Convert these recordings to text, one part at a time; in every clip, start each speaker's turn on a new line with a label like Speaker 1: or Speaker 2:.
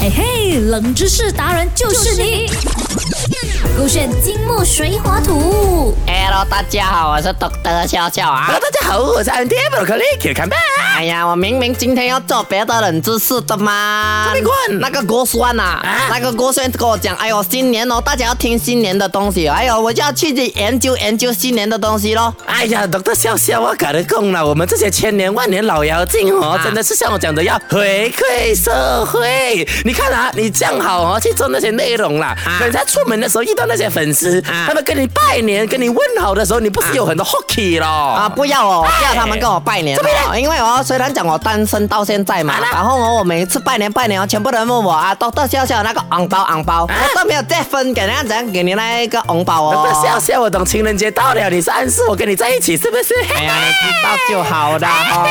Speaker 1: 嘿哎嘿，冷知识达人就是你。勾选金木水火土。
Speaker 2: Hello，大家好，我是 Doctor 笑笑啊
Speaker 3: Hello，。大家好，我是 Andy Broccoli k i r k a m b a
Speaker 2: 哎呀，我明明今天要做别的冷知识的嘛。
Speaker 3: 这么困
Speaker 2: 那个郭酸啊，
Speaker 3: 啊
Speaker 2: 那个郭酸跟我讲，哎呦，新年哦，大家要听新年的东西哦，哎呦，我就要去研究研究新年的东西咯。
Speaker 3: 哎呀，懂得笑笑，我搞得供了。我们这些千年万年老妖精哦，
Speaker 2: 啊
Speaker 3: 真的是像我讲的要回馈社会。你看啊，你这样好哦，去做那些内容啦。
Speaker 2: 啊
Speaker 3: 人家出门的时候遇到那些粉丝，
Speaker 2: 啊
Speaker 3: 他们跟你拜年、跟你问好的时候，你不是有很多 hockey 咯？
Speaker 2: 啊，
Speaker 3: 啊，
Speaker 2: 不要哦，叫他们跟我拜年
Speaker 3: 怎么
Speaker 2: 哦，因为哦，虽然讲我单身到现在嘛，
Speaker 3: 啊
Speaker 2: 然后哦，我每一次拜年拜年哦，全部人问我啊，都都笑笑那个红包红包，
Speaker 3: 啊
Speaker 2: 我都没有再分给人家，怎样给你那一个红包
Speaker 3: 懂得
Speaker 2: 哦？
Speaker 3: 笑笑，我懂情人节到了，你是暗示我跟你在一起是不哎是？
Speaker 2: 哎呀，你知道就好哦啦哈。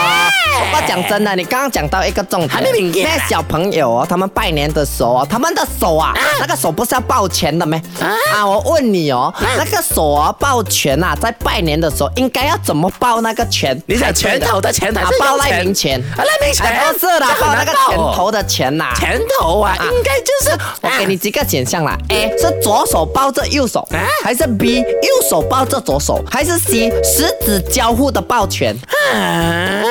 Speaker 2: 不过讲真的，你刚刚讲到一个重
Speaker 3: 哎还
Speaker 2: 点
Speaker 3: 没领，
Speaker 2: 那
Speaker 3: 耶
Speaker 2: 些小朋友哦，他们拜年的时候哦，他们的手啊，那个手不是要抱拳的咩？啊，我问你哦，那个手啊抱拳啊，在拜年的时候应该要怎么抱那个拳？
Speaker 3: 你想拳头的拳头还是
Speaker 2: 啊抱
Speaker 3: 右
Speaker 2: 赖明拳
Speaker 3: 啊，赖明拳、
Speaker 2: 哎不是啦，
Speaker 3: 这
Speaker 2: 抱
Speaker 3: 很
Speaker 2: 那
Speaker 3: 难
Speaker 2: 个
Speaker 3: 抱
Speaker 2: 拳
Speaker 3: 哦
Speaker 2: 头的拳呐、
Speaker 3: 拳啊头啊，
Speaker 2: 啊
Speaker 3: 应该就是
Speaker 2: 我给你几个选项啦，A
Speaker 3: 嗯
Speaker 2: 是左手抱着右手，
Speaker 3: 啊
Speaker 2: 还是 B 右手抱着左手，还是 C 食指交互的抱拳？
Speaker 3: 啊。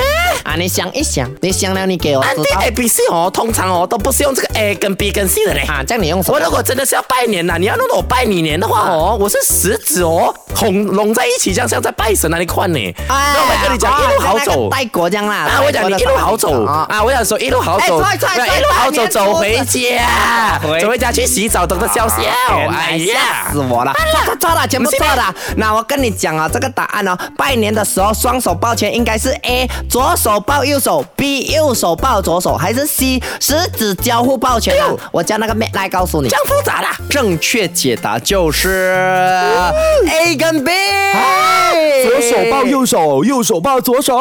Speaker 2: 啊，你想一想，你想了你给我
Speaker 3: 安
Speaker 2: 知
Speaker 3: 迪
Speaker 2: 道
Speaker 3: 啊 A B C 哦，通常哦都不是用这个 A 跟 B 跟 C 的嘞。
Speaker 2: 啊，这样你用什么
Speaker 3: 我？如果真的是要拜年呐、你要弄得我拜你年的话
Speaker 2: 啊
Speaker 3: 哦，我是食指哦拢拢在一起，这样像在拜神那啊里看呢。那我跟你讲，一路
Speaker 2: 像哎
Speaker 3: 好
Speaker 2: 啊那
Speaker 3: 走
Speaker 2: 个。泰国这样啦。
Speaker 3: 啊，我讲你一路好走啊，我想说一路好走，
Speaker 2: 哎出来出来
Speaker 3: 对一路好走走回家，
Speaker 2: 回
Speaker 3: 走回家去洗澡，等着笑笑。哎
Speaker 2: 哎呀，
Speaker 3: 呀啊
Speaker 2: 吓死，我了！错了错了，全部错了。那我跟你讲啊，这个答案哦，拜年的时候双手抱拳应该是 A，左手抱右手；B，右手抱左手，还是 C，食指交互抱拳啊
Speaker 3: 哎呦？
Speaker 2: 我叫那个妹来告诉你
Speaker 3: 这，样复杂的。嗯
Speaker 2: 正确解答就是 A 跟 B，
Speaker 4: 左手抱右手，右手抱左手。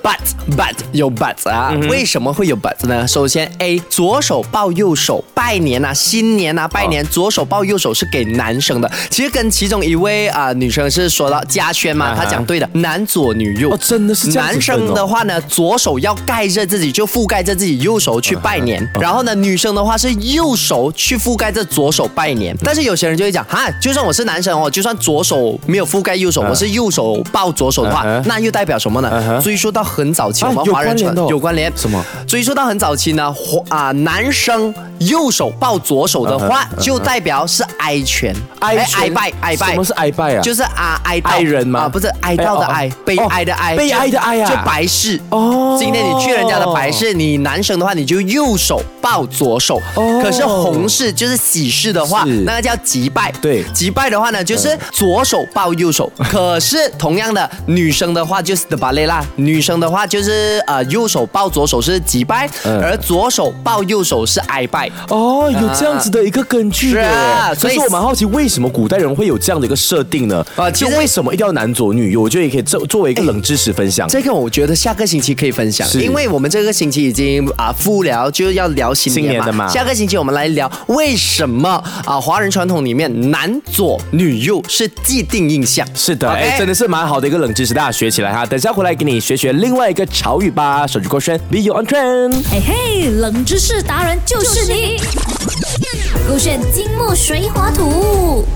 Speaker 4: But but 有 but 啊为什么会有 but 呢？首先 A 左手抱右手，拜年啊，新年啊，拜年、左手抱右手是给男生的。其实跟其中一位啊、女生是说到嘉轩嘛，她讲对的，男左女右。啊哦真的是这样子男生分哦的话呢，左手要盖着自己，就覆盖着自己右手去拜年。
Speaker 3: 嗯
Speaker 4: 然后呢，女生的话是右手去覆盖着左手拜年。
Speaker 3: 嗯
Speaker 4: 但是有些人就会讲，哈，就算我是男生哦，就算左手没有覆盖右手，我是右手抱左手的话
Speaker 3: 嗯嗯哼，
Speaker 4: 那又代表什么呢？追溯到很早期，我
Speaker 3: 啊
Speaker 4: 们
Speaker 3: 有
Speaker 4: 华人
Speaker 3: 关联
Speaker 4: 传
Speaker 3: 的哦
Speaker 4: 有关联
Speaker 3: 什么？
Speaker 4: 追溯到很早期呢，华啊，男生右手抱左手的
Speaker 3: 嗯
Speaker 4: 话，就代表是哀拳，哎
Speaker 3: 拳
Speaker 4: 哀拜哀拜。
Speaker 3: 什么是哀拜啊
Speaker 4: 就是啊哀悼
Speaker 3: 哀人吗
Speaker 4: 啊，不是哀悼的
Speaker 3: 哎
Speaker 4: 哀
Speaker 3: 哦哦，
Speaker 4: 悲哀的哀，
Speaker 3: 哦悲哀的哀啊
Speaker 4: 就白事
Speaker 3: 哦
Speaker 4: 今天你去人家的白事，你男生的话你就右手抱左手，
Speaker 3: 哦
Speaker 4: 可是红事就是喜事的话
Speaker 3: 是，
Speaker 4: 那个叫吉拜。
Speaker 3: 对嗯
Speaker 4: 吉拜的话呢，就是左手抱右手。可是同样的，女生的话就是的巴雷啦，女生的话就是呃右手抱左手是吉拜，
Speaker 3: 嗯
Speaker 4: 而左手抱右手是哀拜。
Speaker 5: 哦，有这样子的一个根据的耶、
Speaker 4: 是啊所
Speaker 5: 所
Speaker 4: 以
Speaker 5: 以我蛮好奇，为什么古代人会有这样的一个设定呢？
Speaker 4: 啊
Speaker 5: 啊，
Speaker 4: 其
Speaker 5: 就
Speaker 4: 实
Speaker 5: 为什么一定要男左女右？我觉得也可以作作为一个冷知识分享。
Speaker 4: 这个我觉得下个星期可以分享，
Speaker 5: 是
Speaker 4: 因为我们这个星期已经啊复聊，就要聊新年嘛。
Speaker 5: 新年的嘛
Speaker 4: 下个星期我们来聊为什么啊华人传统里面男左女右是既定印象。
Speaker 5: 是
Speaker 2: 啊
Speaker 5: 的，
Speaker 4: OK
Speaker 5: 哎、真的是蛮好的一个冷知识，大家学起来哈。等下回来给你学学另外一个潮语吧。手机过圈，Be your own trend。
Speaker 1: 嘿哎嘿，冷知识达人就是你。勾选金木水火土。